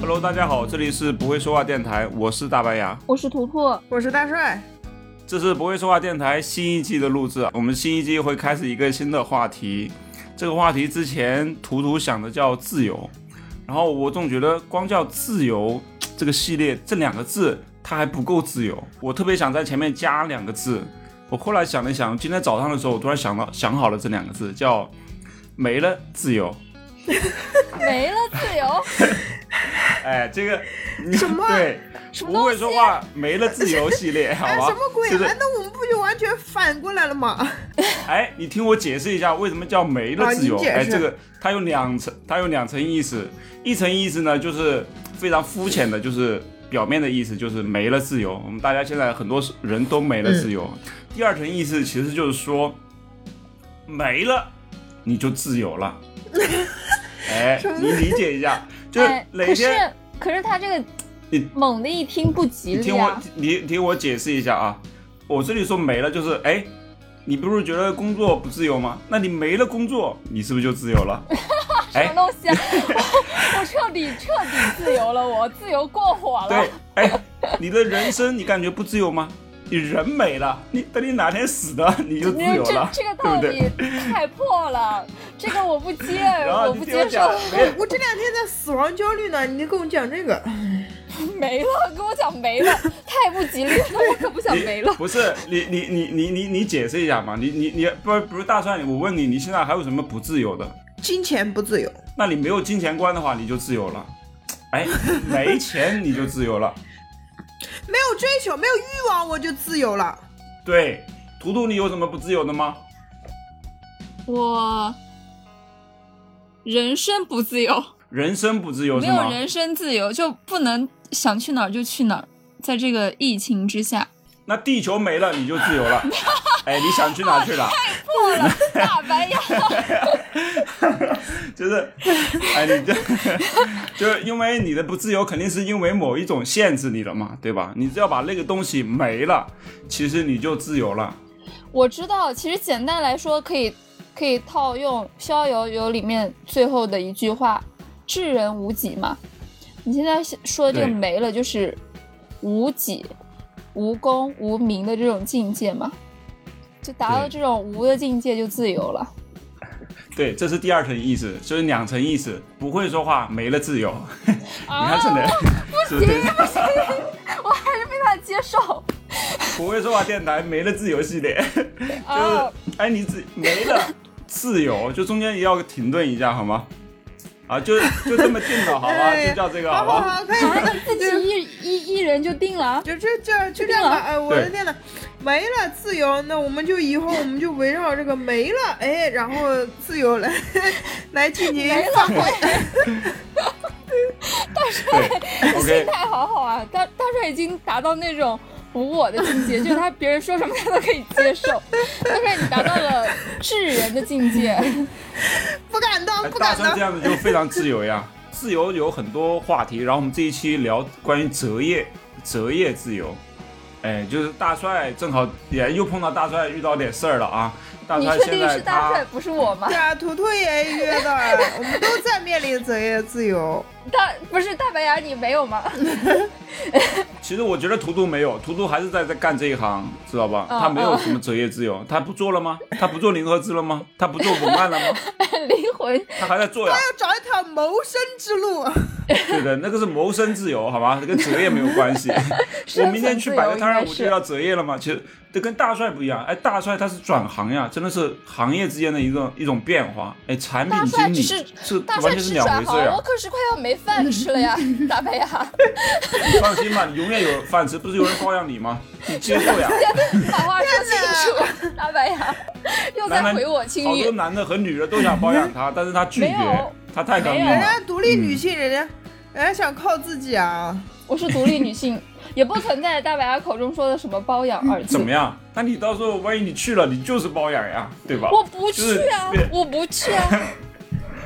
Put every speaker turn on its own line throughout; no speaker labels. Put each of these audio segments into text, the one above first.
Hello，大家好，这里是不会说话电台，我是大白牙，
我是图图，
我是大帅。
这是不会说话电台新一季的录制啊，我们新一季会开始一个新的话题。这个话题之前图图想的叫自由，然后我总觉得光叫自由这个系列这两个字它还不够自由，我特别想在前面加两个字。我后来想了想，今天早上的时候我突然想到想好了这两个字叫没了自由。
没了自由，
哎，这个你
什么
对，
什么啊
不会说话没了自由系 列，好
哎，
吧？
什么鬼
就是
啊？那我们不就完全反过来了吗？
哎，你听我解释一下，为什么叫没了自由？
啊你解释
哎，这个它有两层，它有两层意思。一层意思呢，就是非常肤浅的，就是表面的意思，就是没了自由。我们大家现在很多人都没了自由。
嗯
第二层意思其实就是说，没了你就自由了。哎，你理解一下， 就是
哎，
哪
可
天、
是可是他这个
你
猛地一听不吉
你听
利
我
啊，，
你听我解释一下啊，我这里说没了就是，哎，你不是觉得工作不自由吗？那你没了工作，你是不是就自由了？
什
哎
么，东 西啊？我我彻底彻底自由了，我自由过火了
对。，哎，你的人生你感觉不自由吗？你人没了，你等你哪天死了，你就自由
这
了，
这个
对
道
不对？
理太破了，这个我不接，
然后
我
你
不
听我
接受
讲，，没
我这两天在死亡焦虑呢，你就跟我讲这个，
没了，跟我讲没了，太不吉利了，我可不想
你
没了。
不是你你你你你你解释一下嘛？你你你不是不是大帅，我问你，你现在还有什么不自由的？
金钱不自由，
那你没有金钱观的话，你就自由了。哎，没钱你就自由了。
没有追求，没有欲望，我就自由了。
对，图图，你有什么不自由的吗？
我人生不自由，
人生不自由
没
是
有
吗？
人身自由，就不能想去哪儿就去哪儿。在这个疫情之下，
那地球没了你就自由 了。哎，你想去哪去哪？
破了大白牙，
就是， 哎，你这就是因为你的不自由，肯定是因为某一种限制你了嘛，对吧？你只要把那个东西没了，其实你就自由了。
我知道。其实简单来说，可以可以套用《逍遥游》里面最后的一句话：“智人无己”嘛。你现在说这个
对
没了，就是无己、无功、无名的这种境界嘛，就达到
对
这种无的境界就自由了。
对，这是第二层意思，就是两层意思，不会说话没了自由。 你
啊
看这人， 是不是？
我还是没法接受。
不会说话电台没了自由系列。
啊，
就是哎，你自没了自由，就中间也要停顿一下好吗？啊，就就这么定了，好吧？
哎
就叫这个
好
好
好
吧？
好，可以了，
自己一一一人就定了 啊。
就这这就这样吧。哎，我的天呐，没了自由，那我们就以后我们就围绕这个没了，哎，然后自由来 来进行
没了
发挥。
对
心
，OK，
态好好啊，大大帅已经达到那种无我的 境界，就是他别人说什么他都可以接受。大帅，你达到了智人的境 界。
不敢当，
哎
不
大
敢
声这
当。
样子就非常自由呀。自由有很多话题，然后我们这一期聊关于择业，择业自由。哎，就是大帅正好也又碰到大帅遇到点事儿了啊。大
你
帅
确
现
定
在
是大帅
他
不是我吗
对？啊，图图也约到了，我们都在面临择业自由。
大不是大白牙，你没有吗？
其实我觉得图图没有，图图还是在在干这一行，知道吧？
嗯
他没有什么择业自由，他不做了吗？他不做零和制了吗？他不做文案了吗？
灵魂
他还在做呀。
要找一条谋生之路。
对的，那个是谋生自由，好吗？这跟择业没有关 系。我明天去摆个摊儿，
啊生存自由应该是
我就要择业了嘛。其实这跟大帅不一样，哎，大帅他是转行呀，真的是行业之间的一种一种变化。哎，产品
大帅
经理
只是大
完
帅
全是
吃
两
转
回事
行，哦
呀
我。可是快要没饭吃 了呀，大白牙。
你放心吧，你永远有饭吃，不是有人包养你吗？你接受 呀。
把话说清楚，大白牙又
男
在
的
毁我清
好多
誉。
男的和女的都想包养他，但是他拒
没
绝
有，
他太刚硬
没有
人
了。
家独立女性，人家人家想靠自己啊。
我是独立女性，也不存在大白牙口中说的什么包养二字
怎。么样？那你到时候万一你去了，你就是包养呀，对吧？
我不去啊
就是，
我不 去啊，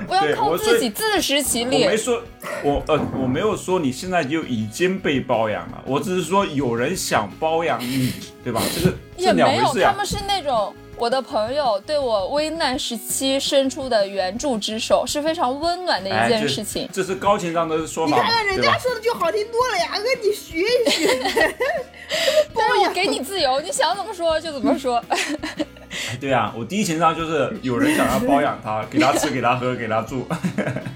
我要靠自己
我
自食其
我
力
没。说，我呃，我没有说你现在就已经被包养了，我只是说有人想包养你，对吧？这个
也
这两
没
回
有，
事啊
他
呀。
们是那种我的朋友对我危难时期伸出的援助之手是非常温暖的一件事情。
哎、这,这是高情商的说
你
法嘛，
看看人
对吧
家？说的就好听多了呀，哥，你学一 学。
但是我给你自由，你想怎么说就怎么 说。
哎对啊，我第一情商就是有人想要包养他，给他吃，给他喝，给他住，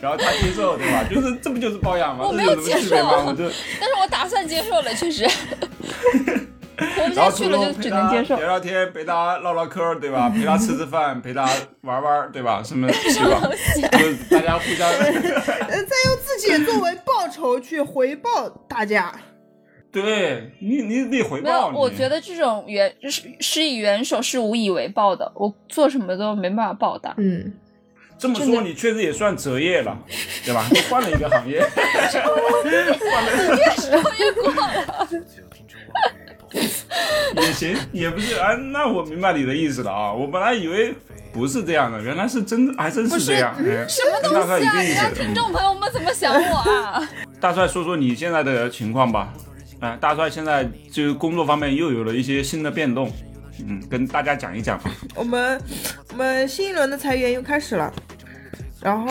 然后他接受，对吧？就是这不就是包养吗？
我
这
没有
什么区
接
别吗？
受
我就
但是我打算接受了，确实。活不
然
下
后
去
初
了
中
就
陪
只
他
能接受
聊。聊天，陪他唠唠嗑儿，对吧？陪他吃吃饭，陪他玩玩儿，对吧？什么对吧？就是大家互相，
呃，再用自己作为报酬去回报大家。
对你你得回
没有
报，你。
我觉得这种援施施以援手是无以为报的，我做什么都没办法报答。
嗯，
这么
真
说，
的
你确实也算择业 了，对吧？你换了一个行业，也行，也不是啊。那我明白你的意思了啊。我本来以为不是这样的，原来是真的，还真是这样。哎
什么东西啊！
那
你
那
让
一定是
听众朋友们怎么想我 啊？
大帅说说你现在的情况吧。啊、大帅现在就是工作方面又有了一些新的变动，嗯，跟大家讲一讲吧。
我们我们新一轮的裁员又开始了，然 后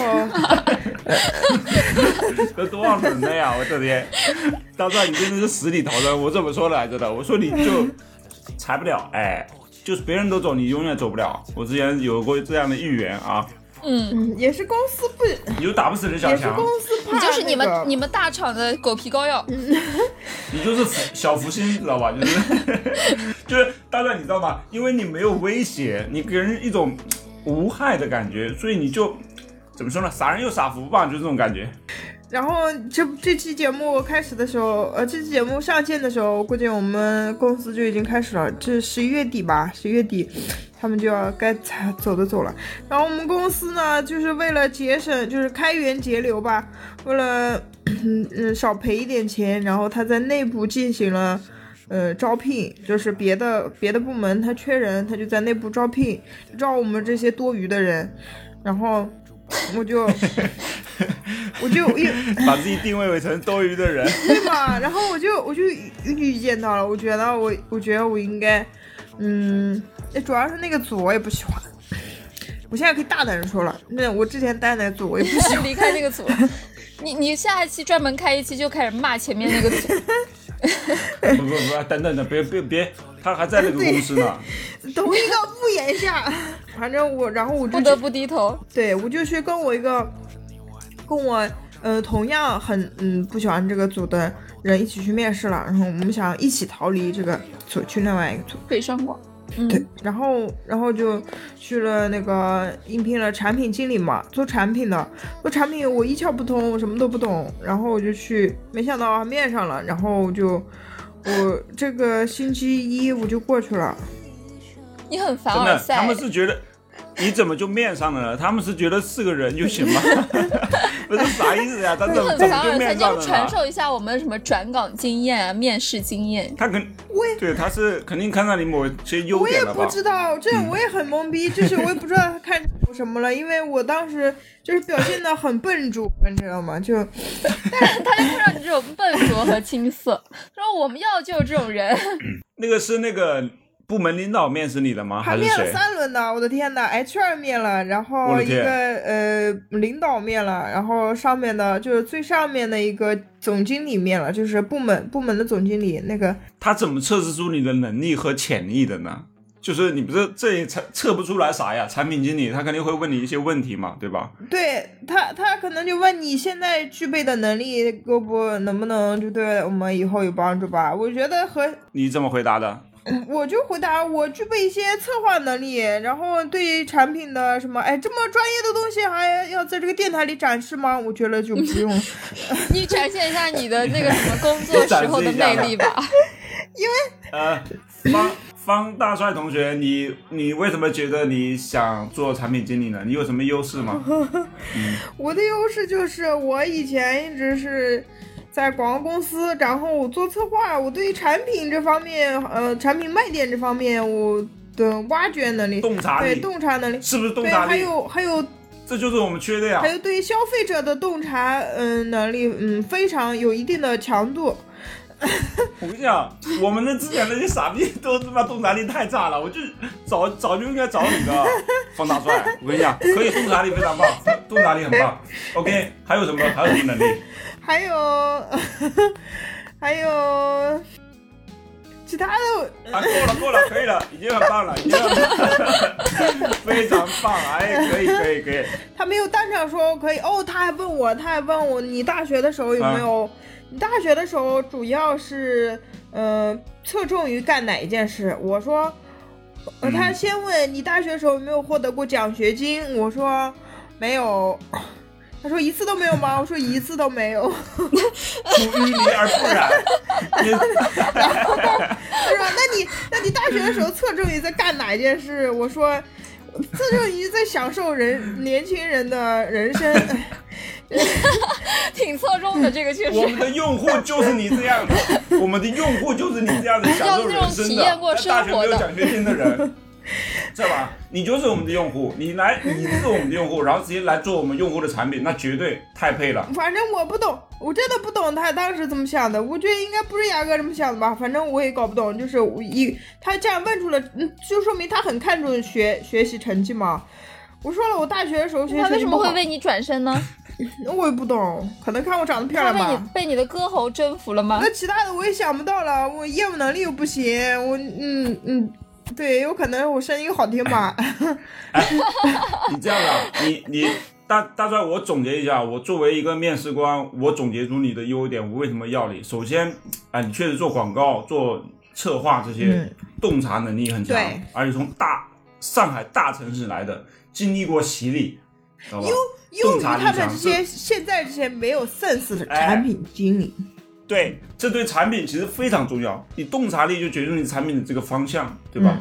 都多少人了呀！我的天，大帅你真的是死里逃生。我怎么说来着的？我说你就裁不了，哎，就是别人都走，你永远走不了。我之前有过这样的预言啊，
嗯，
嗯也是公司不，也
你就打不死李小
是
强
公，司怕、那个、嗯
就是你们你们大厂的狗皮膏药，。
你就是小福星，知道吧？就是 就是大帅，你知道吗？因为你没有威胁，你给人一种无害的感觉，所以你就怎么说呢？傻人有傻福吧，就这种感觉。
然后这这期节目开始的时候，呃，这期节目上线的时候，估计我们公司就已经开始了。这十一月底吧，十一月底，他们就要该裁走的走了。然后我们公司呢，就是为了节省，就是开源节流吧，为了嗯嗯少赔一点钱，然后他在内部进行了。呃，招聘就是别的别的部门他缺人，他就在内部招聘，招我们这些多余的人，然后我就我就因
把自己定位为成多余的人，
对嘛？ 然后我就我就预见到了，我觉得我我觉得我应该，嗯，主要是那个组我也不喜欢。我现在可以大胆的说了，那我之前待的那组我也不喜 欢
离开那个组。你你下一期专门开一期就开始骂前面那个组，
不不不，等等等，别别别，他还在那个公司呢。
同一个屋檐下，反正我，然后我就
不得不低头。
对我就去跟我一个跟我呃同样很嗯不喜欢这个组的人一起去面试了，然后我们想一起逃离这个组，去另外一个组。
北上广，嗯，
对，然后然后就去了那个应聘了产品经理嘛，做产品的，做产品我一窍不通，我什么都不懂，然后我就去，没想到还面上了，然后我就我这个星期一我就过去了，
你很凡
真
尔
的，
赛。
他们是觉得你怎么就面上了呢？他们是觉得是个人就行吗？不是啥意思呀、他
你
怎么
很
怎
凡
么就
尔赛，
面上
你要
了
传
呢？
授一下我们什么转岗经验啊、面试经验。
他肯
我也
对，他是肯定看到你某些优
我也
点了
不
吧？
知道，这我也很懵逼，就是我也不知道他看出什么了，因为我当时就是表现的很笨拙，你知道吗？就
他就不让你这种笨拙和青涩，说我们要的就是这种人。
那个是那个部门领导面试你的吗？
他
啊还是
面了
谁？
三轮呢，我的天呐，HR 面了，然
我
后
的
一
天
个呃领导面了，然后上面的就是最上面的一个总经理面了，就是部门部门的总经理那个，
他怎么测试出你的能力和潜力的呢？就是你不是这也测测不出来啥呀？产品经理他肯定会问你一些问题嘛，对吧？
对他他可能就问你现在具备的能力够不能不能就对我们以后有帮助吧？我觉得和
你怎么回答的？
我就回答我具备一些策划能力，然后对产品的什么哎这么专业的东西还要在这个电台里展示吗？我觉得就不用。
你展现一下你的那个什么工作时候的魅力吧。
呃，方方大帅同学，你你为什么觉得你想做产品经理呢？你有什么优势 吗？
我的优势就是我以前一直是在广告公司，然后我做策划，我对产品这方面，呃，产品卖点这方面，我的挖掘能力，
洞察
对
力
洞察能力，
是不是洞
对，
察
还
力？
有还有
这就是我们缺的呀
还。有呃对消费者的洞察，嗯、能力，嗯，非常有一定的强度。
我跟你讲，我们的之前那些傻逼都他妈洞察力太差了，我就早早就应该找你 的方大帅。我跟你讲，可以洞察力非常棒，洞察力很棒。OK，还有什么？还有什么能力？
还有 还有其他的，
啊，够了够了，可以了，已经很棒了，已经很棒了， 非常棒，哎，可以可以可以，
他没有当场说可以哦，他还问我，他还问我你大学的时候有没有？你大学的时候主要是嗯、呃侧重于干哪一件事？我说，呃、他
嗯
先问你大学的时候有没有获得过奖学金？我说没有。 他说一次都没有吗？我说一次都没有。
出淤泥而不染。你
他说：“那你那你大学的时候侧重于在干哪一件事？”我说：“侧重于在享受人年轻人的人生。哎
挺侧重的这个确
我们
实。
的用户就是你这样的，我们的用户就是你这样的享受人生
要那种体
的
验，过
在大学
生活
没
的
有奖学金的人，知道吧？你就是我们的用户，你来，你是我们的用户，然后直接来做我们用户的产品，那绝对太配了。
反正我不懂，我真的不懂他当时怎么想的。我觉得应该不是牙哥这么想的吧？反正我也搞不懂。就是我一他这样问出了，嗯就说明他很看重学学习成绩嘛。我说了，我大学的时候学习
他
成
为什
绩不
么
好
会，为你转身呢？
我也不懂，可能看我长得漂
他
亮吧。
被你被你的歌喉征服了吗？
那其他的我也想不到了，我业务能力又不行，我嗯嗯，对，有可能我声音好听吧。
哎 你这样的，你你大大帅，我总结一下，我作为一个面试官，我总结出你的优点，我为什么要你？首先，啊、你确实做广告、做策划这些
嗯
洞察能力很强，
对
而且从大上海大城市来的，经历过洗礼，知道吧？
用于
洞察力哎
他
强
们这
是
些现在这些没有 sense 的产品经理，
对，这对产品其实非常重要。你洞察力就决定你产品的这个方向，对吧？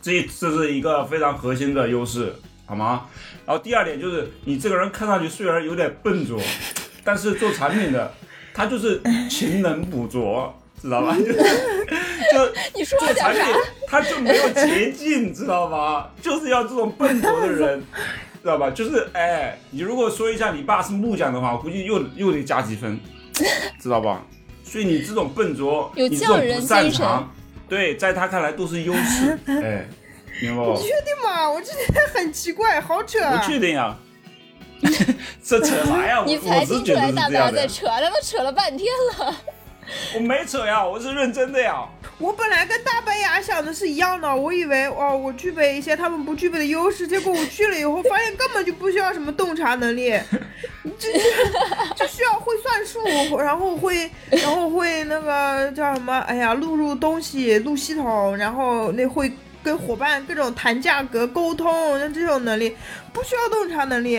这这是一个非常核心的优势，好吗？然后第二点就是，你这个人看上去虽然有点笨拙，但是做产品的他就是勤能补拙，知道吧？就是就
你说
做
了
产
点
品
啥？
他就没有捷径，知道吗？ 就是要这种笨拙的 人，知道吧？就是哎，你如果说一下你爸是木匠的话，我估计又又得加几 分，知道吧？所以你这种笨拙，
有
你这
匠
种
人
不擅
精神
长，对，在他看来都是优 势，哎，明白不？
啊
对吗？我这点很奇怪，好扯。啊
不确定呀， 这扯啥呀？我
你才
我
听
是
出
觉得
来
是
大
这
白
样
在
的，
扯，他都扯了半天了。
我没扯呀，我是认真的呀。
我本来跟大白牙想的是一样的，我以为哦，我具备一些他们不具备的优势，结果我去了以后，发现根本就不需要什么洞察能力，就就需要会算数，然后会，然后会那个叫什么？哎呀，录入东西，录系统，然后那会跟伙伴各种谈价格、沟通，那这种能力不需要洞察能力。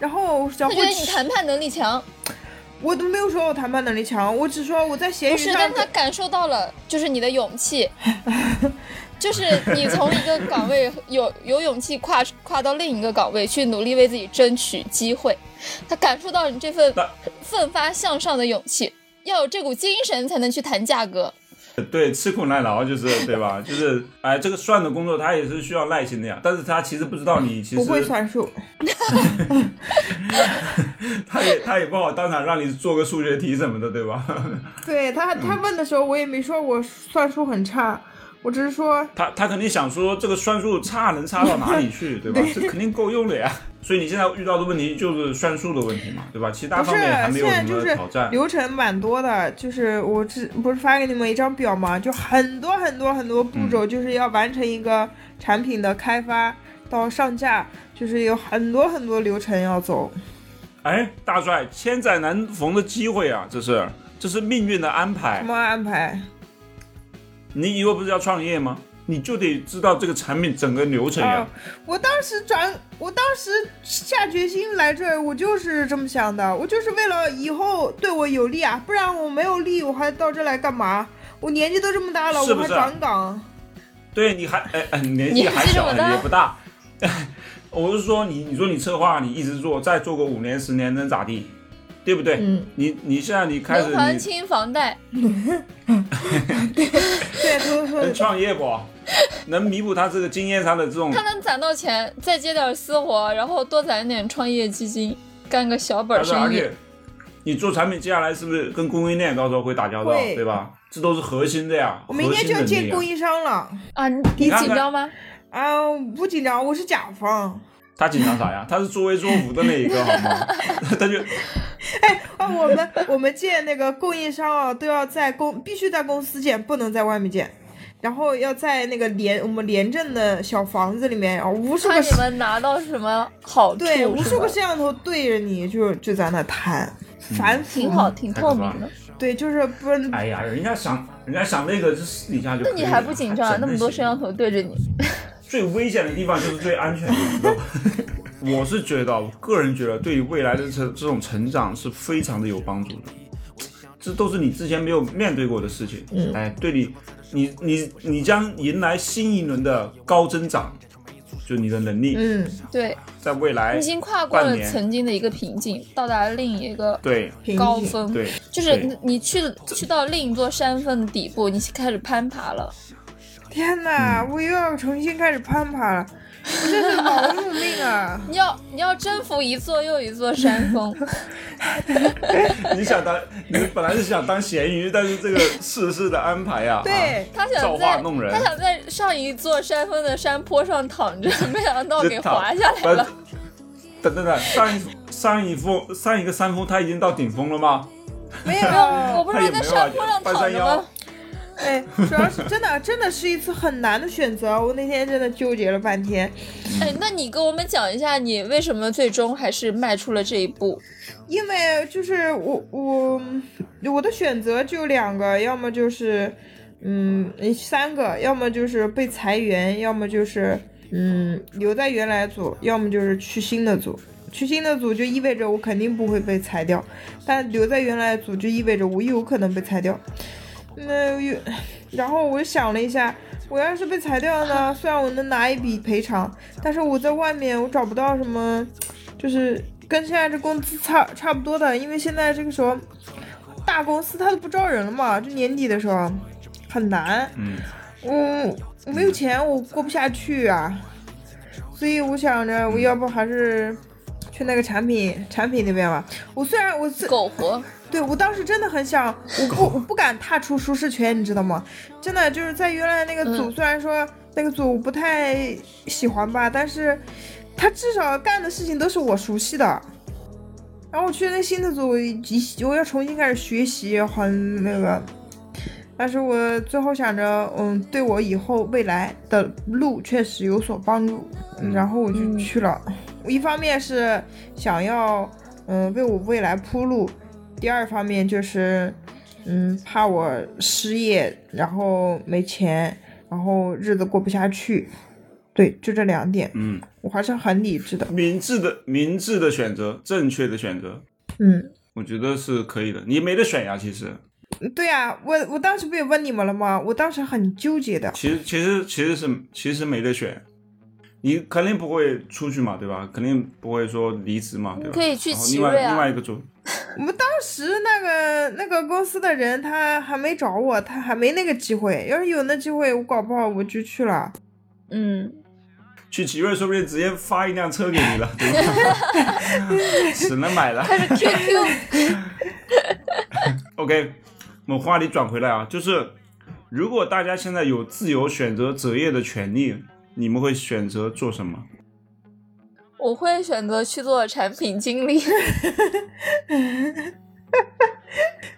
然后小
他
慧
觉得，你谈判能力强，
我都没有说我谈判能力强，我只说我在闲
哎
不
鱼
是，
上
但他感受到了，就是你的勇气，就是你从一个岗位有有勇气跨跨到另一个岗位去努力为自己争取机会，他感受到你这份
那
奋发向上的勇气，要有这股精神才能去谈价格。
对，吃苦耐劳 就是对吧？就是哎，这个算的工作他也是需要耐心的呀。但是他其实不知道你，其
不
实
会算数。
他也他也不好当场让你做个数学题什么的，对吧？
对他，
嗯
他问的时候我也没说我算术很差，我只是说
他他肯定想说这个算术差能差到哪里去， 对吧？这肯定够用的呀。所以你现在遇到的问题就是算术的问题嘛，对吧？其他
不是，
方面还没
现
有
在
什
就
么
是
挑战。
流程蛮多的，就是我这不是发给你们一张表嘛，就很多很多很多
嗯
步骤，就是要完成一个产品的开发到上架，就是有很多很多流程要走。
哎，大帅，千载难逢的机会啊，这是这是命运的安排
什。么安排？
你以后不是要创业吗？你就得知道这个产品整个流程呀、
啊！我当时转，我当时下决心来这儿，我就是这么想的，我就是为了以后对我有利啊，不然我没有利，我还到这来干嘛？我年纪都这么大了，
是
我
不
还
是啊
转岗，
对，你还哎哎，你年纪
你
还
记得
小，
我的
也不大。 我是说你，你说你策划，你一直做，再做个五年十年能咋地，对不对？
嗯，
你你现在你开始
能还
你
清房贷，
对，都
能
是
创业不？ 能弥补他这个经验上的这种
他能攒到钱，再接点私活，然后多攒一点创业基金，干个小本
而
儿
且
生
而
意。
且你做产品，接下来是不是跟供应链到时候会打交道，
会
对吧？这都是核心的呀，
我明天就要
核心能
见
力
供
啊。
应商了。
啊，你
你
你
看
紧
看
张吗？
啊，我不紧张，我是甲方。
他紧张啥 呀？他是作威作福的那一个，好吗？ 他就
啊，我们我们见那个供应商啊，都要在公必须在公司见，不能在外面见。然后要在那个廉我们廉政的小房子里面，啊，无数
看
个
你们拿到什么好处，
对无
是
数
吧
个摄像头对着你，就就在那谈，反腐
挺好，挺透明
嗯太可怕
的
了。
对，就是不是
哎呀，人家想，人家想那个是私底下就可
那
以了。
你还不紧张啊？
整
那么多摄像头对着你，
最危险的地方就是最安全的地 方。我是觉得，我个人觉得，对于未来的这这种成长是非常的有帮助的。这都是你之前没有面对过的事情，
嗯
哎，对你，你你你将迎来新一轮的高增长，就你的能力、
嗯
对，
在未来
已，经跨过了
哎半年
曾经的一个瓶颈，到达了另一个
对
平
高
静
峰。
对，
嗯就是
对
你你去去到另一座山峰的底部，你开始攀爬了。
天哪，我又要重新开始攀爬了，我真是劳碌命啊！
你要你要征服一座又一座山峰，
你想当，你本来是想当咸鱼，但是这个世事的安排 啊，
对，
他
造
想
化
在
弄人
他想在上一座山峰的山坡上躺着， 没想到
就
给
躺
滑下来 了。
不等等等，上一上一峰上一个山峰，它已经到顶峰了吗？
没
没有， 我
有，
不
他
是
也
在
没有
山坡
啊
上
半
躺
山
着
腰
吗？
哎，主要是真的，真的是一次很难的选择。啊我那天真的纠结了半天，
哎，那你给我们讲一下，你为什么最终还是迈出了这一步？
因为就是我我我的选择就两个，要么就是嗯三个，要么就是被裁员，要么就是嗯留在原来组，要么就是去新的组。去新的组就意味着我肯定不会被裁掉，但留在原来组就意味着我有可能被裁掉。那有，然后我就想了一下，我要是被裁掉呢，虽然我能拿一笔赔偿，但是我在外面我找不到什么，就是跟现在这工资差差不多的，因为现在这个时候，大公司他都不招人了嘛，这年底的时候很难，
嗯，
我我没有钱，我过不下去啊，所以我想着我要不还是去那个产品产品那边吧。我虽然我虽
苟活，
对我当时真的很想，我不我不敢踏出舒适圈，你知道吗？真的就是在原来那个组，
嗯
虽然说那个组我不太喜欢吧，但是他至少干的事情都是我熟悉的。然后我去那新的组，我我要重新开始学习，很那个。但是我最后想着，嗯，对我以后未来的路确实有所帮助，然后我就
嗯
去了。我一方面是想要，嗯，为我未来铺路；第二方面就是，嗯，怕我失业，然后没钱，然后日子过不下去。对，就这两点，
嗯，
我还是很理智的。
明智的明智的选择，正确的选择，
嗯，
我觉得是可以的。你没得选呀，其实，
对啊，我我当时不也问你们了吗？我当时很纠结的。
其实其实其实是其实没得选，你肯定不会出去嘛，对吧？肯定不会说离职嘛，对吧？
可以去
然后
奇
另外
瑞啊
另外一个组，
我们当时那个那个公司的人，他还没找我，他还没那个机会。要是有那机会，我搞不好我就去了。
嗯，
去奇瑞，说不定直接发一辆车给你 了，对吧？ 只能买了。
开始 QQ，
OK，我们话题转回来啊，就是如果大家现在有自由选择择业的权利，你们会选择做什么？
我会选择去做产品经理。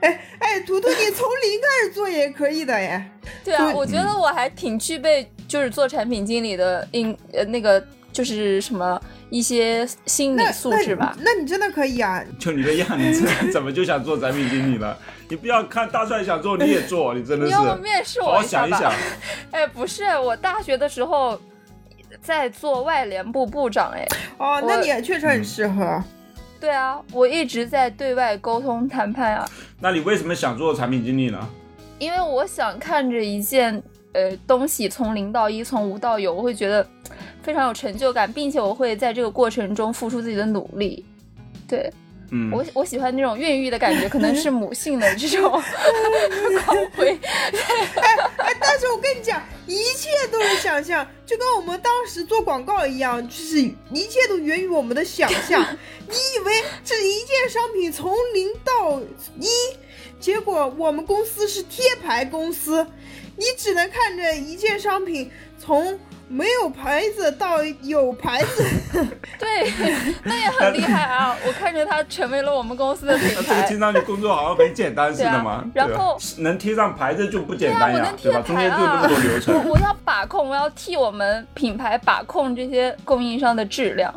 哎，图图，你从零开始做也可以 的耶。
对啊，
对
我觉得我还挺具备，就是做产品经理的应呃那个就是什么一些心理
那
素质吧。
那你那你真的可以啊！
就你的样子， 怎么就想做产品经理了？你不要看大帅想做你也 做，你真的
你
是
要不
好
面试我
好
一下
想一
吧？
想。
哎，不是，我大学的时候在做外联部部长，哎，
哦，
我
那你也确实很适合。
对啊，我一直在对外沟通谈判啊，
那你为什么想做产品经理呢？
因为我想看着一件呃东西从零到一，从无到有，我会觉得非常有成就感，并且我会在这个过程中付出自己的努力。对
嗯，
我我喜欢那种孕育的感觉，可能是母性的这种光辉。
哎，但是我跟你讲，一切都是想象，就跟我们当时做广告一样，就是一切都源于我们的想象。你以为这一件商品从零到一，结果我们公司是贴牌公司，你只能看着一件商品从没有牌子到有 牌子。
对，那也很厉害啊！我看着它成为了我们公司的品
那这个
牌
听。上去工作好像很简单似的嘛，
对啊
对吧
然后
能贴上牌子就不简
对啊，
单
我
呀，
能
对
贴
吧？中
牌
间就那
啊
么多流！程
我，我要把控，我要替我们品牌把控这些供应商的质量，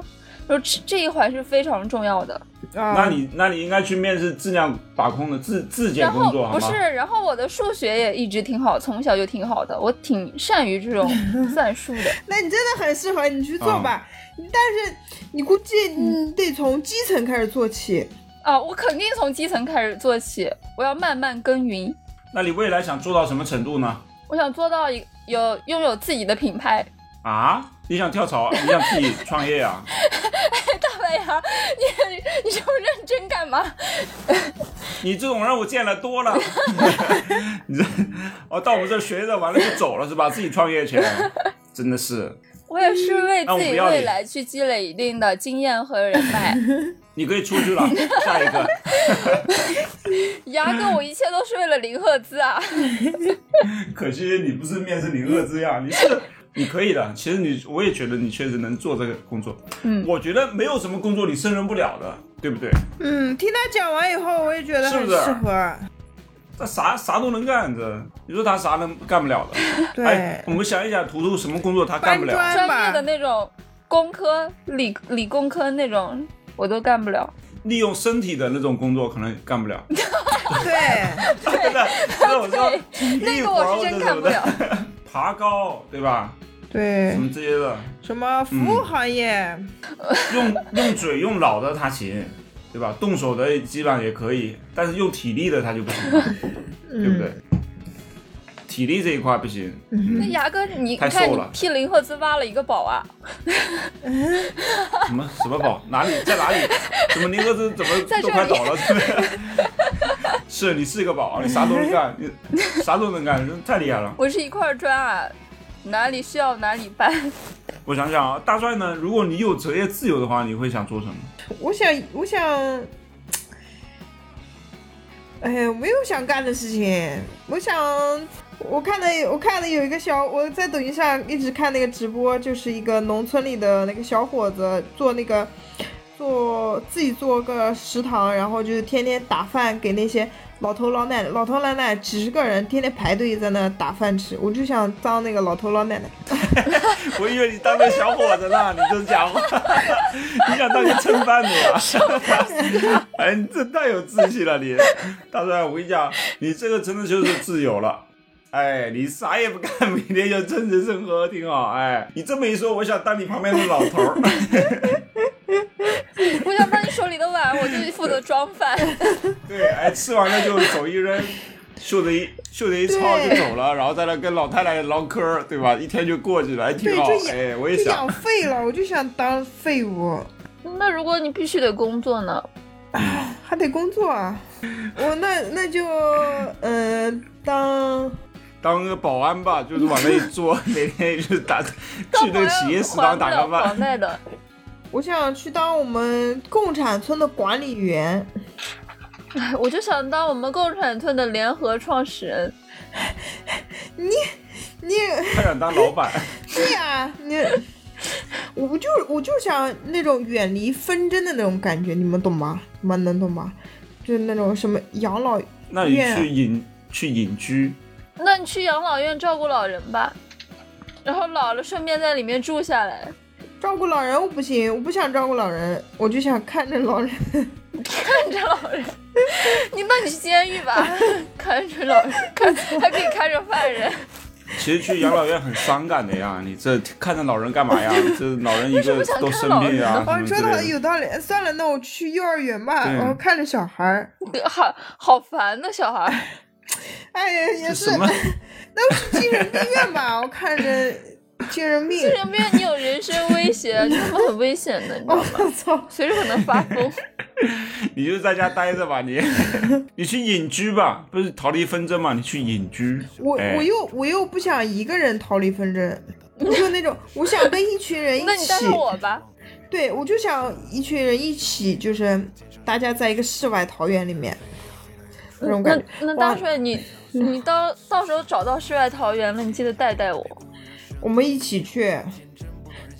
就这这一环是非常重要的。
啊
那你那你应该去面试质量把控的质质检
然
工
后
作好
不
吗
是？，然后我的数学也一直挺好，从小就挺好的，我挺善于这 种算术的。
那你真的很适合你去
啊
做吧，但是你估计你得从基层开始做起。
啊，我肯定从基层开始做起，我要慢慢耕耘。
那你未来想做到什么程度呢？
我想做到一有拥有自己的品牌。
啊，你想跳槽？你想自己创业啊？
大白牙， 你你这么认真干嘛？
你这种人我见了多了， 你这哦到我们这学着完了就走了是吧？自己创业去，真的是，
我也是为
那我
自
不
己
要
未
你
来去积累一定的经验和人脉。
你可以出去了，下一个。
牙哥，我一切都是为了零赫 兹啊！
可惜你不是面试零二之呀，你是你可以的。其实你我也觉得你确实能做这个工作。
嗯
我觉得没有什么工作你胜任不了的，对不对？
嗯，听他讲完以后，我也觉得
是
很
不是哎
适合。
他啥啥都能干这你说他啥能干不了的？哎
对，
我们想一想，图图什么工作他干
搬
不了？
砖
专业
吧
的，那种工科、理理工科那种，我都干不了。
利用身体的那种工作可能干不了。
对，
真的，这种
对
说，
那
力
个
活
我
儿
是真
这
干
种
不
的
了。
爬高，对吧？什
对，
么这些的，
什么服务行业，
用用嘴用脑的他行，对吧？动手的基本上也可以，但是用体力的他就不行了。
嗯
对不对？体力这一块不行，
那牙哥，你你
太
看
瘦
你
了
替零赫兹挖了一个宝啊！
什么什么宝，哪里在哪里？怎么林格子怎么
在这
都
里
快倒了？对不对？ 是你是一个宝，你啥都能干，你啥都能干，真太厉害了。
我是一块砖啊，哪里需要哪里搬。
我想想啊，大帅呢？如果你有职业自由的话，你会想做什么？
我想，我想，哎呀，没有想干的事情。哎我想，我看的，我看的有一个小，我在抖音上一直看那个直播，就是一个农村里的那个小伙子做那个做自己做个食堂，然后就是天天打饭给那些老头老奶奶、老头老奶奶几十个人，天天排队在那打饭吃。我就想当那个老头老奶奶。
我以为你当个小伙子呢，你这家 伙，你想当个撑饭的呀？ 哎，你这太有志气了，你大帅，我跟你讲，你这个真的就是自由了。哎，你啥也不干，每天就真吃吃喝，挺好。哎，你这么一说，我想当你旁边的老头 儿。
我想当你手里的碗，我就负责装饭。
对，哎，吃完了就手一扔，袖子一袖子一抄就
对
走了，然后在那跟老太太唠嗑儿，对吧？一天就过去了，还挺
对
好
就。养
哎，我也
就
想
养，废了，我就想当废物。
那如果你必须得工作呢？
还得工 作啊。我那那就呃当
当个保安吧，就是往那一坐，每天就是打去
当
那
保
个
安
企业食
还
堂
不
打
了
个
房
饭。
贷的。
我想去当我们共产村的管理员。
哎我就想当我们共产村的联合创始人。
你
他想当老 板，
对呀、你 我就我就想那种远离纷争的那种感觉，你们懂吗？你们能懂吗？就是那种什么养老，
那你
Yeah
去隐去隐居，
那你去养老院照顾老人吧，然后老了顺便在里面住下来。
照顾老人我不行，我不想照顾老人，我就想看着老人。
看着老人， 你那你去监狱吧， 看着老人，看还可以看着犯人。
其实去养老院很伤感的呀。 你这看着老人干嘛呀？这老人 一个
为什么
都
想
生
看老人
病啊，
哦，
什么
你
之
说的
类的。
有道理。算了，那我去幼儿园吧，
对
我看着小孩儿。
好好烦的小孩儿，
哎呀，也
这
是
什。么？
那我去精神病院吧，我看 着精神病
精。神病你有人身威胁，啊你怎么很危险的，你知道
我
吗？
操！
随时可能发疯。
你就在家待着吧，你 你去隐居吧，不是逃离纷争嘛？你去隐居。
我
哎
我又我又不想一个人逃离纷争，我就那种 我想跟一群人一
那你带
起
上，我吧，
对我就想一群人一起，就是大家在一个世外桃源里面，那种感
那
觉。
嗯那
哇
大帅你，你到到时候找到世外桃源了，你记得带带我，
我们一起去，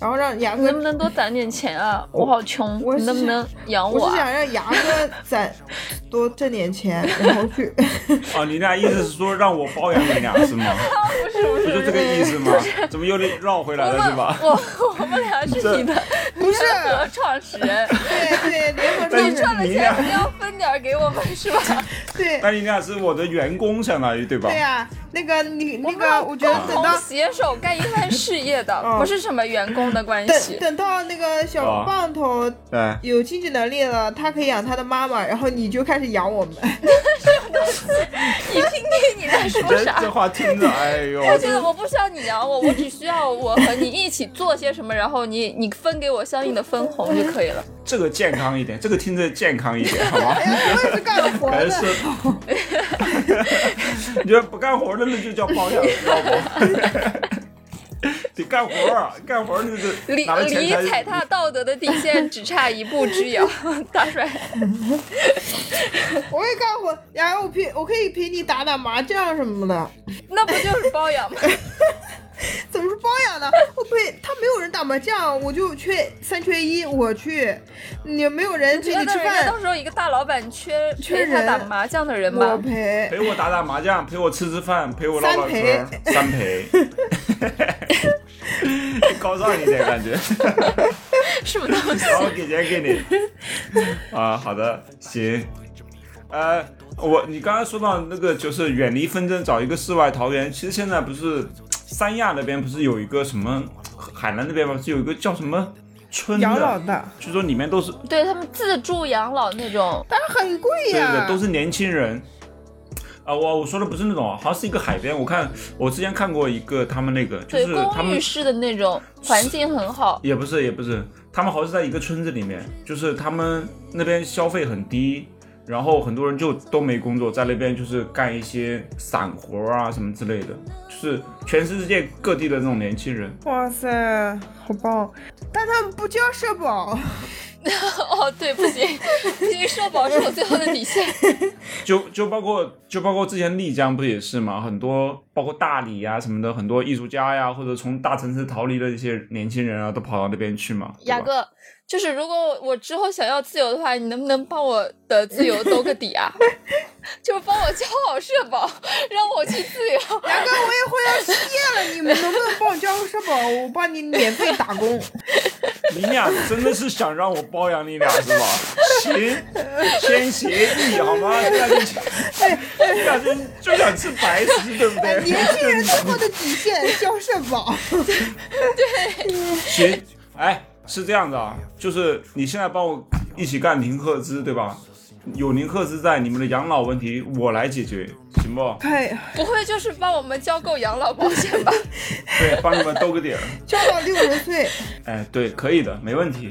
然后让牙
你能不
哥，
能多攒点钱啊？我好穷，
我
你能不
是
能养
我是
啊？
想让牙哥攒多挣 点钱，然后去。
哦，你俩意思是说让我包养你俩是吗？
不是不
不
是
就
不
这个
是，
意思吗？怎么又绕回来
我
了
们
是吧？
我 我们俩是你的，你
不是
的创 始人，
对对，联合
但
创
是
始
赚了
你
钱
俩
不要分点儿给 我们是吧？
对
但你俩是我的员工，相当于对吧
对？啊呀、那个你那
们要
个，我觉得
共
等
同
到
哦携手干一番事业的，
嗯
不是什么员工的关
等
系。
等到那个小
啊
棒头
对。
有经济能力了，他可以养他的妈妈，然后你就开始养我们。
你听听你在说
这
啥
这？话听着，哎呦，
我觉得我不需要你养我，我只需要我和你一起做些什么，然后你你分给我相应的分红就可以了。
这个健康一点，这个听着健康一点，好吗？
哎我也是干 活
还
的，
是， 你这不干活的那就叫包养，知道不？ 得干活儿，啊干活儿那是
离
拿了
离
钱才。
踩踏道德的底线只差一步之遥， 大帅。
我也干活，然后我陪我可以陪你打打麻将什么的。
那不就是包养 吗？
怎么是包养呢？我陪他没有人打麻将，我就缺三缺一，我去，你没有人请
那
你吃
人家
饭
到，时候一个大老板缺
缺
陪他打
人
麻将的人
我
吧？
陪。
陪我打打麻将，陪我吃吃饭，陪我唠唠嗑
三，
三陪， 高尚一点感觉，
什么东西？
然后给钱给你。啊，好的，行。呃，我你刚刚说到那个就是远离纷争，找一个世外桃源。其实现在不是三亚那边不是有一个什么海南那边吧，是有一个叫什么村
养老
的，
的，
据说里面都是
对他们自助养老那种，
但是很贵
对
呀、
啊
对对，都是年轻人。啊，我我说的不是那种，好像是一个海边。我看我之前看过一个他们那个，就
对
是他
公
们
寓式的那种，环境很好。
也不是也不是，他们好像是在一个村子里面，就是他们那边消费很低，然后很多人就都没工作，在那边就是干一些散活啊什么之类的，就是全世界各地的这种年轻人。
哇塞，好棒！但他们不交社保，
哦，对，不行， 不行，社保是我最后的底线。
就就包括就包括之前丽江不也是嘛，很多包括大理呀、什么的，很多艺术家呀，或者从大城市逃离的一些年轻人啊，都跑到那边去嘛。对吧
雅，哥，就是如果我之后想要自由的话，你能不能帮我的自由兜个底啊？ 就是帮我交好社保，让我去自由。
牙哥，我也快要失业了，你们能不能帮我交个社保？我帮你免费打 工。
你俩真的是想让我包养你俩是吧？行，签协议好吗？现在就签，你俩就就想吃白食，对不对？
哎年轻人最后的底线，交社保。
行，哎，是这样的啊，就是你现在帮我一起干宁赫兹，对吧？有宁赫兹在，你们的养老问题我来解决，行不？
太
不会就是帮我们交够养老保险吧？
对，帮你们兜个底儿。
交到六十岁，
哎，对，可以的，没问题。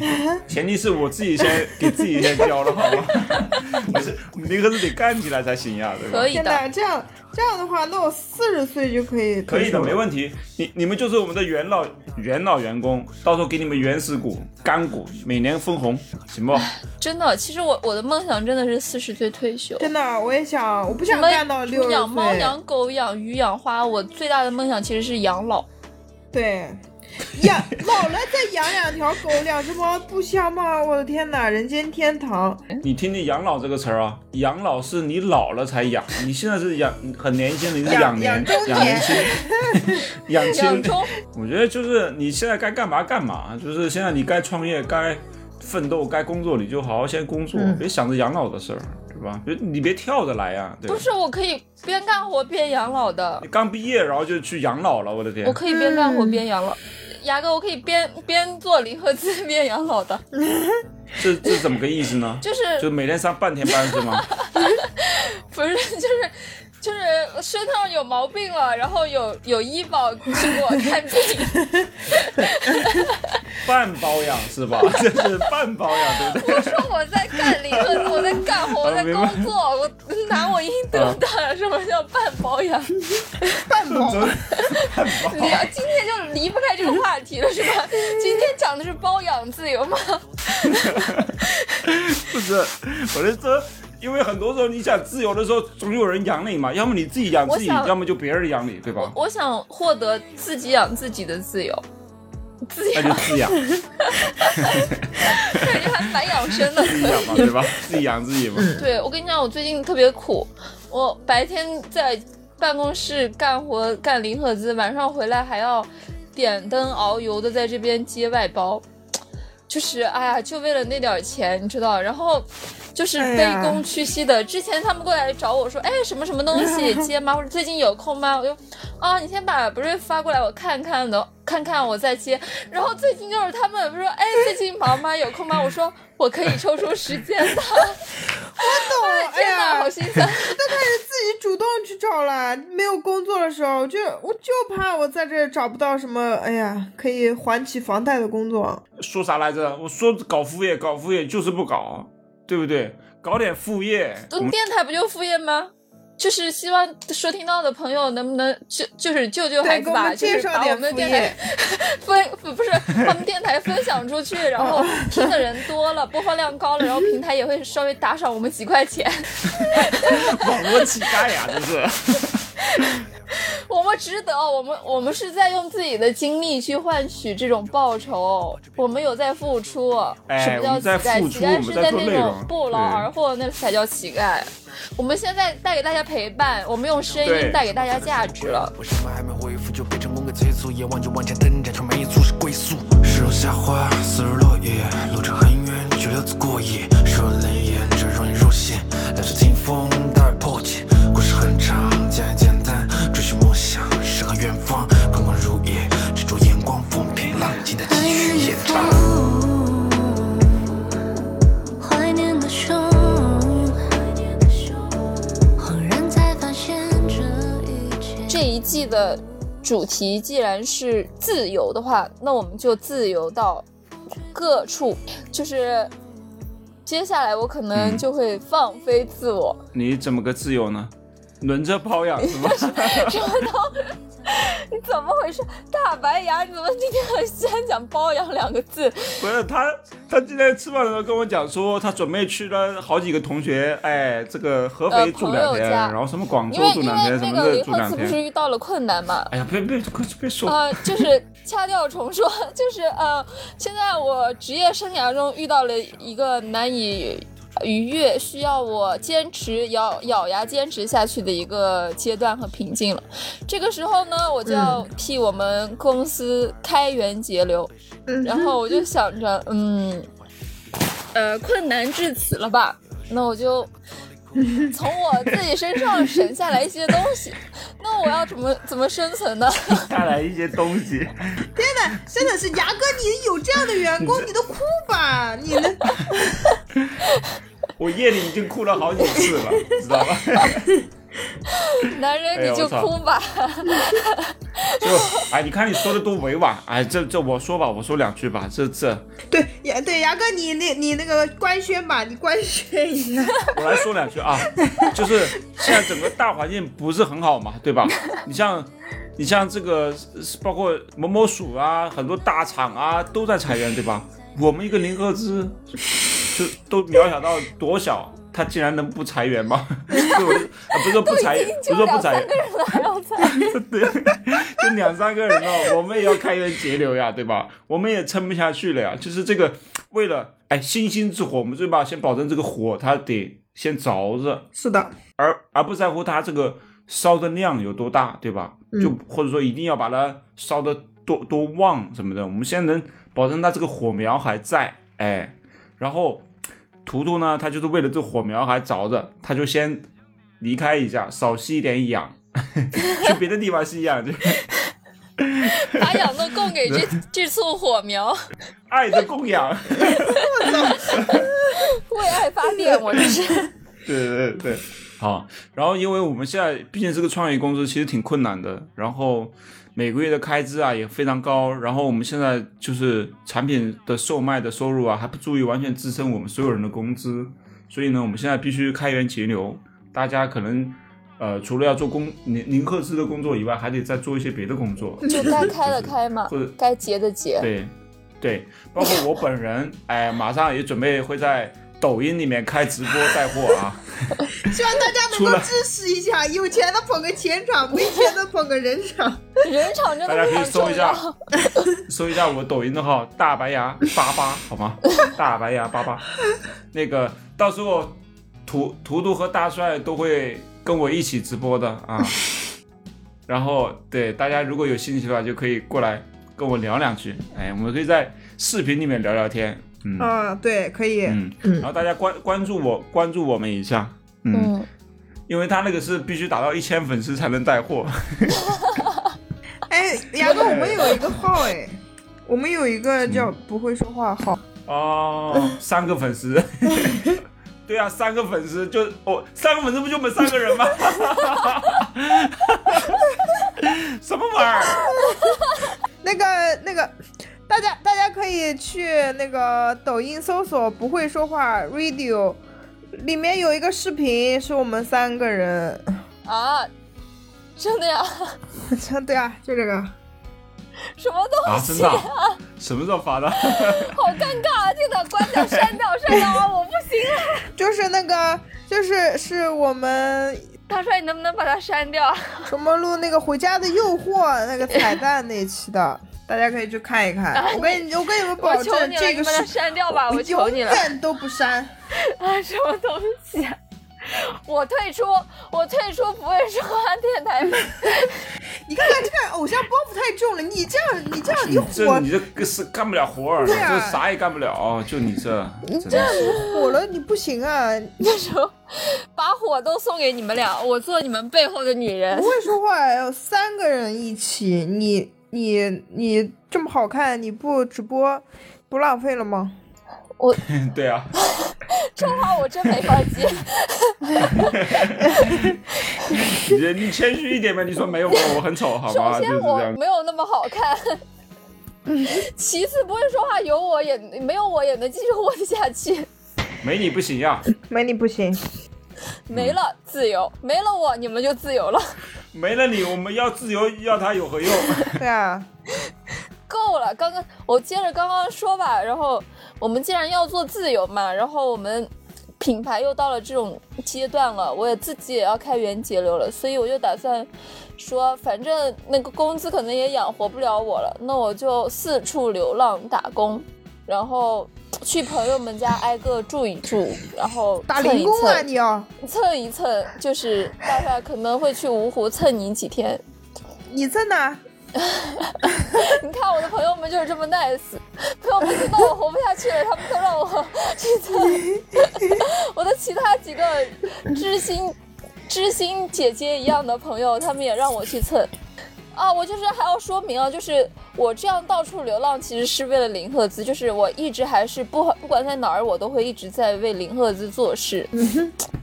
前提是我自己先给自己先交了，好吗？ 不是，宁赫兹得干起来才行呀，对吧？
可以
天
的。
哪，这样这样的话，那我四十岁就可以
可以的，没
题。
问题。你你们就是我们的元老元老员工，到时候给你们原始股、干股，每年分红，行不？
真的，其实我我的梦想真的是四十岁退休。
真的，我也想，我不想
什么
干到六十岁。
养猫、养狗、养鱼、养花，我最大的梦想其实是养老。
对，养老了再养两条狗、两只猫，不香吗？我的天哪，人间天 堂！
你听听“养老”这个词儿啊，养老是你老了才养，你现在是养很年轻的，你是养
养养
年
中
养年
年
轻，养
养
亲。
中
我觉得就是你现在该干嘛干嘛，就是现在你该创业、该奋斗、该工作，你就好好先工作，别想着养老的事儿，对吧？别你别跳着来呀、对吧
不？是我可以边干活边养老的
你，刚毕业然后就去养老了，我的天！
我可以边干活
嗯
边养老。牙哥，我可以边边做离合器边养老的，
这这怎么个意思呢？
就是
就每天上半天班是 吗？
不是 就是就是身上有毛病了，然后有有医保去给我看病，
半包养是 吧？这是半包养，对不对？
我说我在干离合器，我在干活，我在工作，我拿我应得的，什么叫半保养？
半 毛
怎么
聊，今天就离不开这个话题了，是吧？今天讲的是包养自由吗？
不是，我是说，因为很多时候你想自由的时候，总有人养你嘛，要么你自己养自己，
我想
要么就别人养你，对吧？
我想获得自己养自己的自由，自
那
养
就自养，自
感觉还蛮养生的。
养 嘛，对吧？自己养自己嘛。
嗯
对，我跟你讲，我最近特别苦，我白天在办公室干活干零赫兹，晚上回来还要点灯熬油的在这边接外包，就是哎呀，就为了那点儿钱，你知道？然后就是
哎
卑
呀
躬屈膝的。之前他们过来找我说，哎，什么什么东 西接吗？或者最近有空吗？我就啊，你先把不是发过来我看看的，看看我再接。然后最近就是他们说，哎，最近忙吗？有空吗？我说我可以抽出时间的。
懂，哎
天哪，
呀
好，心 酸！
自己主动去找了。没有工作的时候，就我就怕我在这儿找不到什么，哎呀，可以还起房贷的工作。
说啥来着？我说搞副业，搞副业就是不搞，对不对？搞点副 业，我们
电台不就副业吗？就是希望收听到的朋友能不能就就是救救孩
对，
子
给我
吧，
们
就
介
是
绍
把我
点
们的
副
电
业
台。分不不是把我们电台分享出去，然后
哦
听的人多了，播放量高了，然后平台也会稍微打赏我们几块钱。
网络乞丐呀，这是。
我们值得，我们我们是在用自己的精力去换取这种报酬，我们有在付出。
哎
什么
我
叫
们
乞
在付出
丐？
我
乞丐
们
是
在
在
做内
那
容
种不劳而获，那才叫乞丐。我们现在带给大家陪伴，我们用声
对
音带给大家价值了。
我生活还没恢复就被成功给催促，也望着往前挣扎，却没足是归宿。石头下花，丝如落叶，路程很远，却留子过夜。手冷眼，这容易入戏，来时听风，大雨破茧。故事很长，简而简单，追寻梦想，诗和远方，光光如也，执着眼光，风平浪静的继续
爱
演
的
唱。
风，怀念的胸，恍然才发现这一切。
这一季的主题既然是自由的话，那我们就自由到各处，就是接下来我可
嗯
能就会放飞自我。
你怎么个自由呢？轮着包养是吧？
什么都，你怎么回事？大白牙，你怎么今天很喜欢讲包养两个字？
不是他，他今天吃饭的时候跟我讲说，他准备去了好几个同学，哎，这个合肥
呃
住两
朋友
天，
家
然后什么广州
因为
住
因为
两天，什
那
么
个
的
林
住
赫
两
兹不是
天。
遇到了困难嘛？
哎呀，别别快别说，
呃，就是掐掉重说，就是呃，现在我职业生涯中遇到了一个难以逾越、需要我坚持咬咬牙坚持下去的一个阶段和瓶颈了。这个时候呢，我就要
嗯
替我们公司开源节流，
嗯
然后我就想着，嗯，呃，困难至此了吧，那我就。从我自己身上省下来一些东西，那我要怎么怎么生存呢？
带来一些东西，
真的是牙哥，你有这样的员工，你都哭吧，你能
我夜里已经哭了好几次了，知道吧？
男人
哎呀
你就
我操
哭吧，
就哎，你看你说的多委婉，哎，这这我说吧，我说两句吧，这这
对牙对牙哥，你那你那个官宣吧，你官宣一 下。
我来说两句啊，就是现在整个大环境不是很好嘛，对吧？你像，你像这个包括某某鼠啊，很多大厂啊都在裁员，对吧？我们一个零赫兹就都渺小到多小，它竟然能不裁员吗？ 对我就啊，不是说不裁员，不
就
说
是
不
两
裁
三
员
个，人了还要猜。
对，就两三个人哦，我们也要开源节流呀，对吧？我们也撑不下去了呀。就是这个，为了哎星星之火，我们最吧先保证这个火它得先着着，
是的，
而而不在乎它这个烧的量有多大，对吧？就或者说一定要把它烧的多多旺什么的。我们现在能保证它这个火苗还在，哎，然后图图呢，他就是为了这火苗还着着，他就先离开一下，少吸一点氧。 去别的地方吸氧去，
把养乐供 给这这簇火苗，
爱的供养。
为爱发电，我这是。
对对对， 好。然后因为我们现在毕竟是个创业公司，其实挺困难的。然后每个月的开支啊也非常高。然后我们现在就是产品的售卖的收入啊，还不足以完全支撑我们所有人的工资。所以呢，我们现在必须开源节流。大家可能呃，除了要做工宁宁克斯的工作以外，还得再做一些别的工 作。
就该开的 开嘛
或者，
该结的结。
对，对，包括我本人，哎，马上也准备会在抖音里面开直播带货啊。
希望大家能
出
够
来
支持一下，有钱的捧个钱场，没钱的捧个人场。
人场真
大家可
的非
以
常
搜
重
一下
要。，
搜一下我抖音的号“大白牙八八”，好 吗？大白牙八八，那个到时候图图图和大帅都会跟我一起直播的 啊。然后对大家如果有兴趣的话，就可以过来跟我聊两句。哎，我们可以在视频里面聊聊天。嗯
啊，对，可以。
嗯，
嗯
然后大家关关注我，关注我们一下。嗯，
嗯，
因为他那个是必须达到一千粉丝才能带货。
哎，牙哥，我们有一个号哎，我们有一个叫不会说话号。
哦，三个粉丝，对啊，三个粉丝就哦，三个粉丝不就我们三个人吗？什么玩意儿？
那个那个，大家大家可以去那个抖音搜索“不会说话 radio”，里面有一个视频是我们三个人。
啊，真的呀？
对啊，就这个。
什么东
啊，
西？
真的啊？什么时候发的？
好尴尬啊！天哪，关掉，删掉，删掉啊！我不行了。
就是那个，就是是我们
大帅，你能不能把它删 掉？
什么录那个《回家的诱惑》那个彩蛋那一期的， 大家可以去看一看。我跟你，我跟你们
哎我
保
求
证，
你了，
这
你
个
把它
是
删掉吧！我求
永
你了。
远都不删。
啊，什么东西啊、我退出，我退出不会说话电台。
你看看这个偶像包袱太重了，你这样，你这样，你
这
火
你这是干不了活儿，你
对啊
这啥也干不了，就你这，真的是
火了，你不行啊！
那时候把火都送给你们俩，我做你们背后的女人
不。会说话，要三个人一起，你你你这么好看，你不直播，不浪费了吗？
对啊，
这话我真没法接。
你你谦虚一点呗，你说没有我，我很丑，好吧？
首
就是
先我
这样。
没有那么好 看，其次不会说话有我也没有我也能继续活得下去。
没你不行呀，
没你不行，
没了自由，没了我你们就自由了，
没了你，我们要自由，要他有何用？
对啊，
够了。刚刚我接着刚刚说吧，然后我们既然要做自由嘛，然后我们品牌又到了这种阶段了，我也自己也要开源节流了，所以我就打算说，反正那个工资可能也养活不了我了，那我就四处流浪打工，然后去朋友们家挨个住一住，然后
打
蹭一
零工啊，
蹭
你要、
蹭一蹭，就是大概可能会去芜湖蹭你几天。
你在哪？
你看我的朋友们就是这么 nice，朋友们知道我活不下去了，他们都让我去蹭。 我的其他几个知心、知心姐姐一样的朋友，他们也让我去蹭。啊，我就是还要说明啊，就是我这样到处流浪，其实是为了零赫兹，就是我一直还是不不管在哪儿，我都会一直在为零赫兹做事。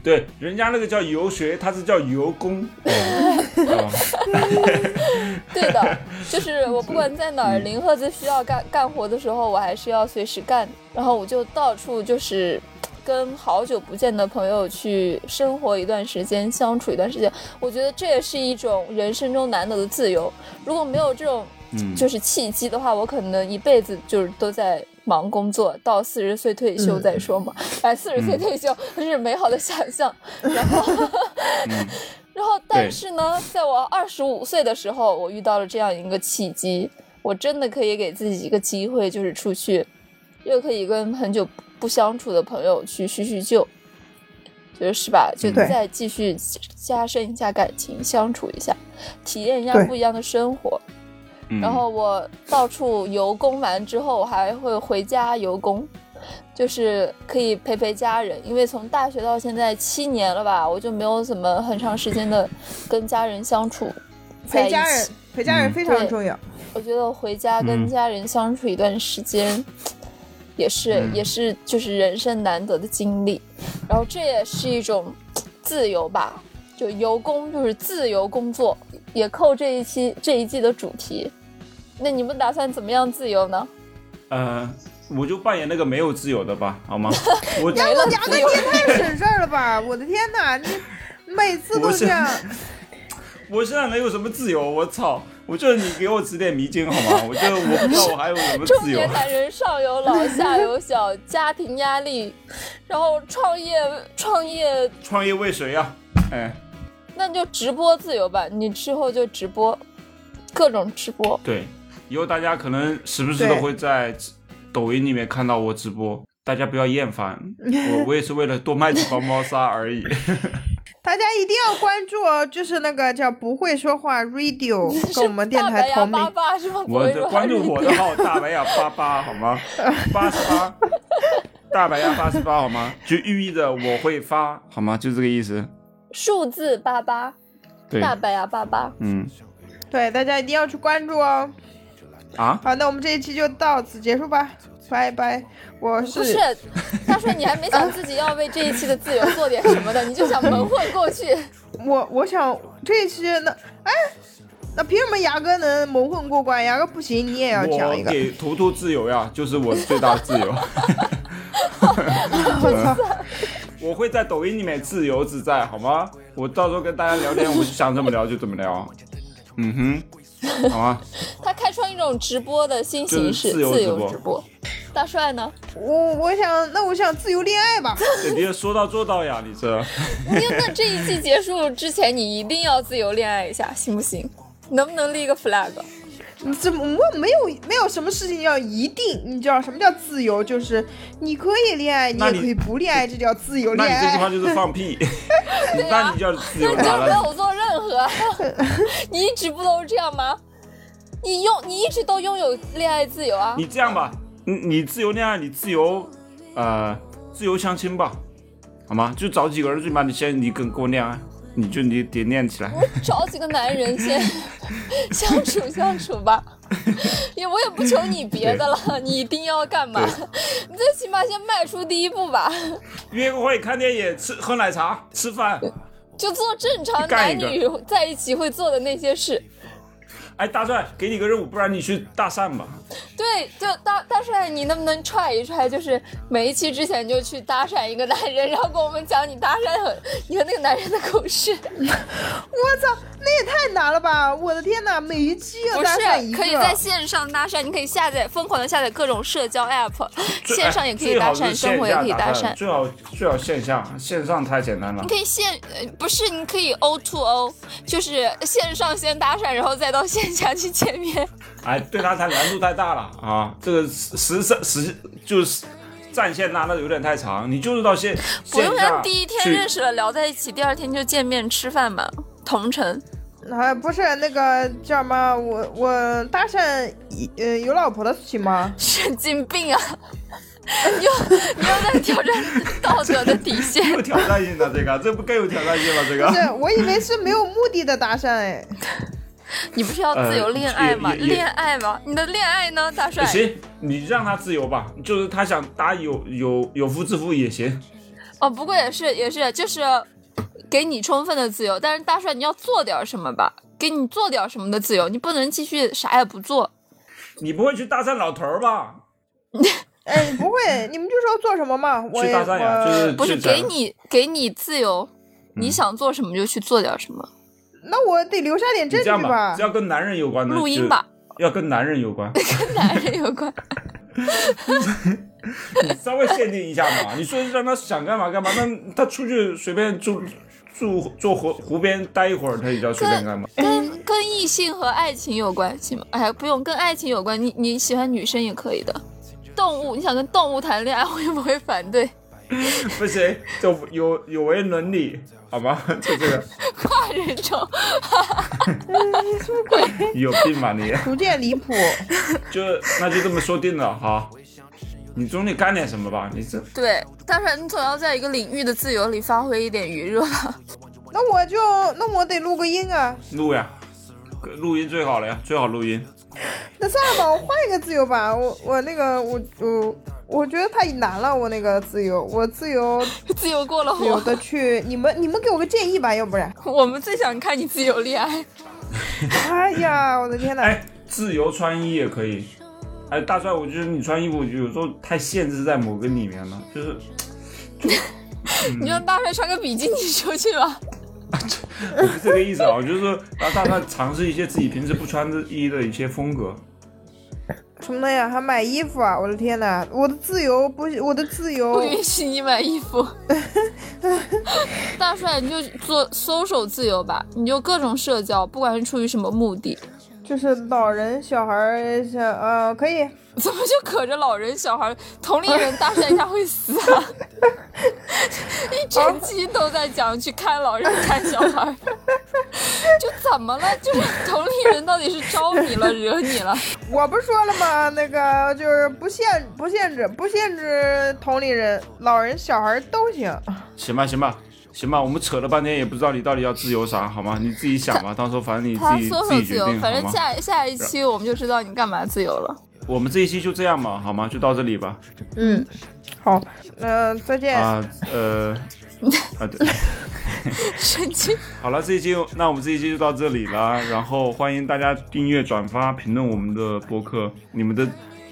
对，人家那个叫游学，他是叫游工。哦
对的，就是我不管在哪儿，零赫兹需要干干活的时候，我还是要随时干。然后我就到处就是跟好久不见的朋友去生活一段时间，相处一段时间。我觉得这也是一种人生中难得的自由。如果没有这种
嗯，
就是契机的话，我可能一辈子就是都在。忙工作到四十岁退休再说嘛，哎，四十岁
嗯
退休这是美好的想 象。然后，
嗯
然后，但
对
是呢，在我二十五岁的时候，我遇到了这样一个契机，我真的可以给自己一个机会，就是出去，又可以跟很久不相处的朋友去叙叙旧，就是吧？
嗯
就
对
再继续加深一下感情，相处一下，体验一下
对
不一样的生活。
嗯
然后我到处游工完之后，我还会回家游工，就是可以陪陪家人。因为从大学到现在七年了吧，我就没有怎么很长时间的跟家人相处在
陪
一
家人
起。，
陪家人
嗯
非常
对
重 要。
我觉得我回家跟
嗯
家人相处一段时间，也是、
嗯
也是就是人生难得的经历。然后这也是一种自由吧，就游工就是自由工作，也扣这一期这一季的主题。那你们打算怎么样自由呢？
呃，我就扮演那个没有自由的吧， 好吗？我
没了
牙哥，
自
你
由，
也太省事儿了吧！我的天哪，你每次都
我是
这样，
我现在能有什么自由？我操！我就是你给我指点迷津好吗？我就我不知道我还有什么
中
自由
年。男人上有老下有小，家庭压力，然后创业创业，
创业为谁呀、哎，
那就直播自由吧，你之后就直播，各种直播。
对，以后大家可能时不时的
对
会在抖音里面看到我直播，大家不要厌烦， 我我也是为了多卖几包猫砂而已。
大家一定要关注哦，就是那个叫不会说话 Radio，跟我们电
大白
台
牙
同
爸
名。
爸是吗？不
我
会
的
说
关注
还是
我的号大白牙八八好吗？八十八，大白牙八十八好吗？就寓意着我会发好吗？就这个意思。
数字八八，
对，
大白牙爸爸。
嗯
对，大家一定要去关注哦。
啊，
好，那我们这一期就到此结束吧，拜拜。我
不 是，大帅，你还没想自己要为这一期的自由做点什么的，你 就想蒙混过去。
我我想这一期那哎，那凭什么牙哥能蒙混过关？牙哥不行，你也要讲一
我
个。
给图图自由呀，就是我最大的自 由。我会在抖音里面自由自在，好吗？我到时候跟大家聊天，我就想怎么聊就怎么聊，嗯哼，好吗？
他开创一种直播的新
就是
形式，
自由
自
直
由
播
直播。大帅呢？
我我想，那我想自由恋 爱吧。
姐姐说到做到呀，你这。
你那这一季结束之前，你一定要自由恋爱一下，行不行？能不能立个 flag？
你怎么嗯我没有没有什么事情要一定？你知道什么叫自由？就是你可以恋爱，你
那
也
你
可以不恋爱，这叫自由
那
恋
你这句话
爱。
就是放 屁，那你就是自由
你就
达
没
了。
有做任何， 你一直不都是这样吗？你用你一直都拥有恋爱自由啊
你！这样吧，你你自由恋爱，你自由，呃，自由相亲吧，好吗？就找几个人，就把你先你跟跟我恋爱，你就你得恋起来。
找几个男 人先相处相处吧，也我也不求你别的了，你一定要干嘛？ 你最起码先迈出第一步吧，
约个会、看电影、吃喝奶茶、吃饭，
就做正常
干
男
一个
女在一起会做的那些事。
哎，大帅，给你个任务，不然你去搭讪吧。
对，就搭搭讪，你能不能踹一踹？就是每一期之前就去搭讪一个男人，然后跟我们讲你搭讪很你和那个男人的故 事，
我操，那也太难了吧！我的天哪，每一啊期要
不
搭讪一
是啊
个。
可以在线上搭讪，你可以下载疯狂的下载各种社交 app，
最
线上也可以搭讪，生活也可以搭讪。
最好最好线下，线上太简单了
你。可以线呃不是，你可以 O to O，就是线上先搭讪，然后再到线下去见面。
哎，对他太难度太大了啊！这个时时时就是战线拉的有点太长，你就是到线
不
线
用
下
像第一天
去
认识了聊在一起，第二天就见面吃饭嘛，同城。
啊，不是那个叫什么，我我搭讪一呃有老婆的事情吗？
神经病啊！ 你又你又在挑战道德的底线
有，挑战性的这个，这不更有挑战性吗？这个
不是，我以为是没有目的的搭讪哎。
你不是要自由恋爱吗？
呃也也也
恋爱吗？你的恋爱呢，大帅？
行，你让他自由吧，就是他想打有有有夫之妇也行。
哦，不过也是也是，就是给你充分的自由，但是大帅你要做点什么吧，给你做点什么的自由，你不能继续啥也不做。
你不会去搭讪老头儿吧？
哎，不会，你们就说做什么嘛？我
去
也
搭讪呀，就是
我
不是
去找
给你给你自由，
嗯
你想做什么就去做点什么。
那我得留下点
你
证
这
据
样吧，只要跟男人有关的
录音 吧，
就要跟男人有关，
跟男人有关，
你稍微限定一下嘛。你说让他想干嘛干嘛，那他出去随便住住坐湖湖边待一会儿，他也叫随便干嘛。
跟跟异性和爱情有关系吗？哎呀，不用，跟爱情有关。你你喜欢女生也可以的。动物，你想跟动物谈恋爱， 会不会反对？
不行，这有有违伦理，好吗？ 就这个
跨人种，
有病吧你？
逐渐离谱。
就那就这么说定了哈。你总得干点什么吧？你这
对，当然你总要在一个领域的自由里发挥一点余热吧。
那我就那我得录个音啊。
录呀，录音最好了呀，最好录音。
那算了吧，我换一个自由吧。我我那个我我我觉得太难了，我那个自由，我自由
自由过了
自由
火，
的去，你们你们给我个建议吧，要不然。
我们最想看你自由恋爱。
哎呀，我的天哪！
哎，自由穿衣也可以。哎，大帅，我觉得你穿衣服有时候太限制在某个里面了，就是
嗯
你让大帅穿个比基尼出去吧。
不是这个意思啊， 我就是说让大家尝试一些自己平时不穿的衣的一些风格。
什么东西啊？还买衣服啊！我的天呐，我的自由不，我的自
不
由，
允许你买衣服。大帅，你就做 social 自由吧，你就各种社交，不管是出于什么目的，
就是老人、小孩儿，像呃，可以，
怎么就可着老人、小孩、同龄人？大帅一下会死啊！一整期都在讲去看老人、看小孩，就怎么了？就是同龄人到底是招你了，惹你了？
我不是说了吗？那个就是不限不限制不限制同龄人、老人、小孩都行。
行吧，行吧，行吧，我们扯了半天也不知道你到底要自由啥，好吗？你自己想吧，到时候反正你
他
自己
搜
自
索
己
自
决
由，
定，
反
好
正
吗？
下下一期我们就知道你干嘛自由了。
我们这一期就这样吧，好吗？就到这里吧。
嗯，好，嗯、再见。
啊，呃， 啊，对，
神经。
好了，这一期那我们这一期就到这里了。然后欢迎大家订阅、转发、评论我们的播客，你们的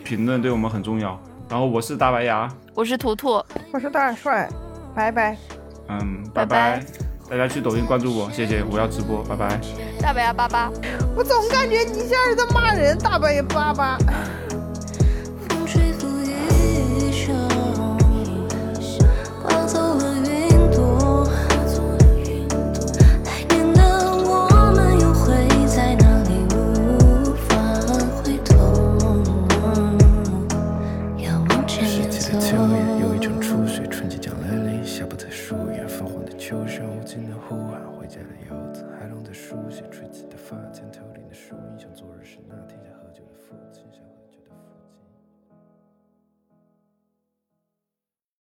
评论对我们很重要。然后我是大白牙，
我是图图，
我是大帅，拜拜。
嗯，
拜
拜
拜
大家去抖音关注我，谢谢，我要直播，拜拜。
大白牙巴巴。
我总感觉你像是在骂人，大白巴巴。
风吹拂雨声，刮走了云朵。来年的我们又会在哪里？无法回头。要往前
世纪的
走
田。野有一场初雪，春季将来临，下巴在疏远，泛黄的秋声，无尽的呼唤，回家的游子，还笼在书写，吹起的发间，头顶的树荫像昨日。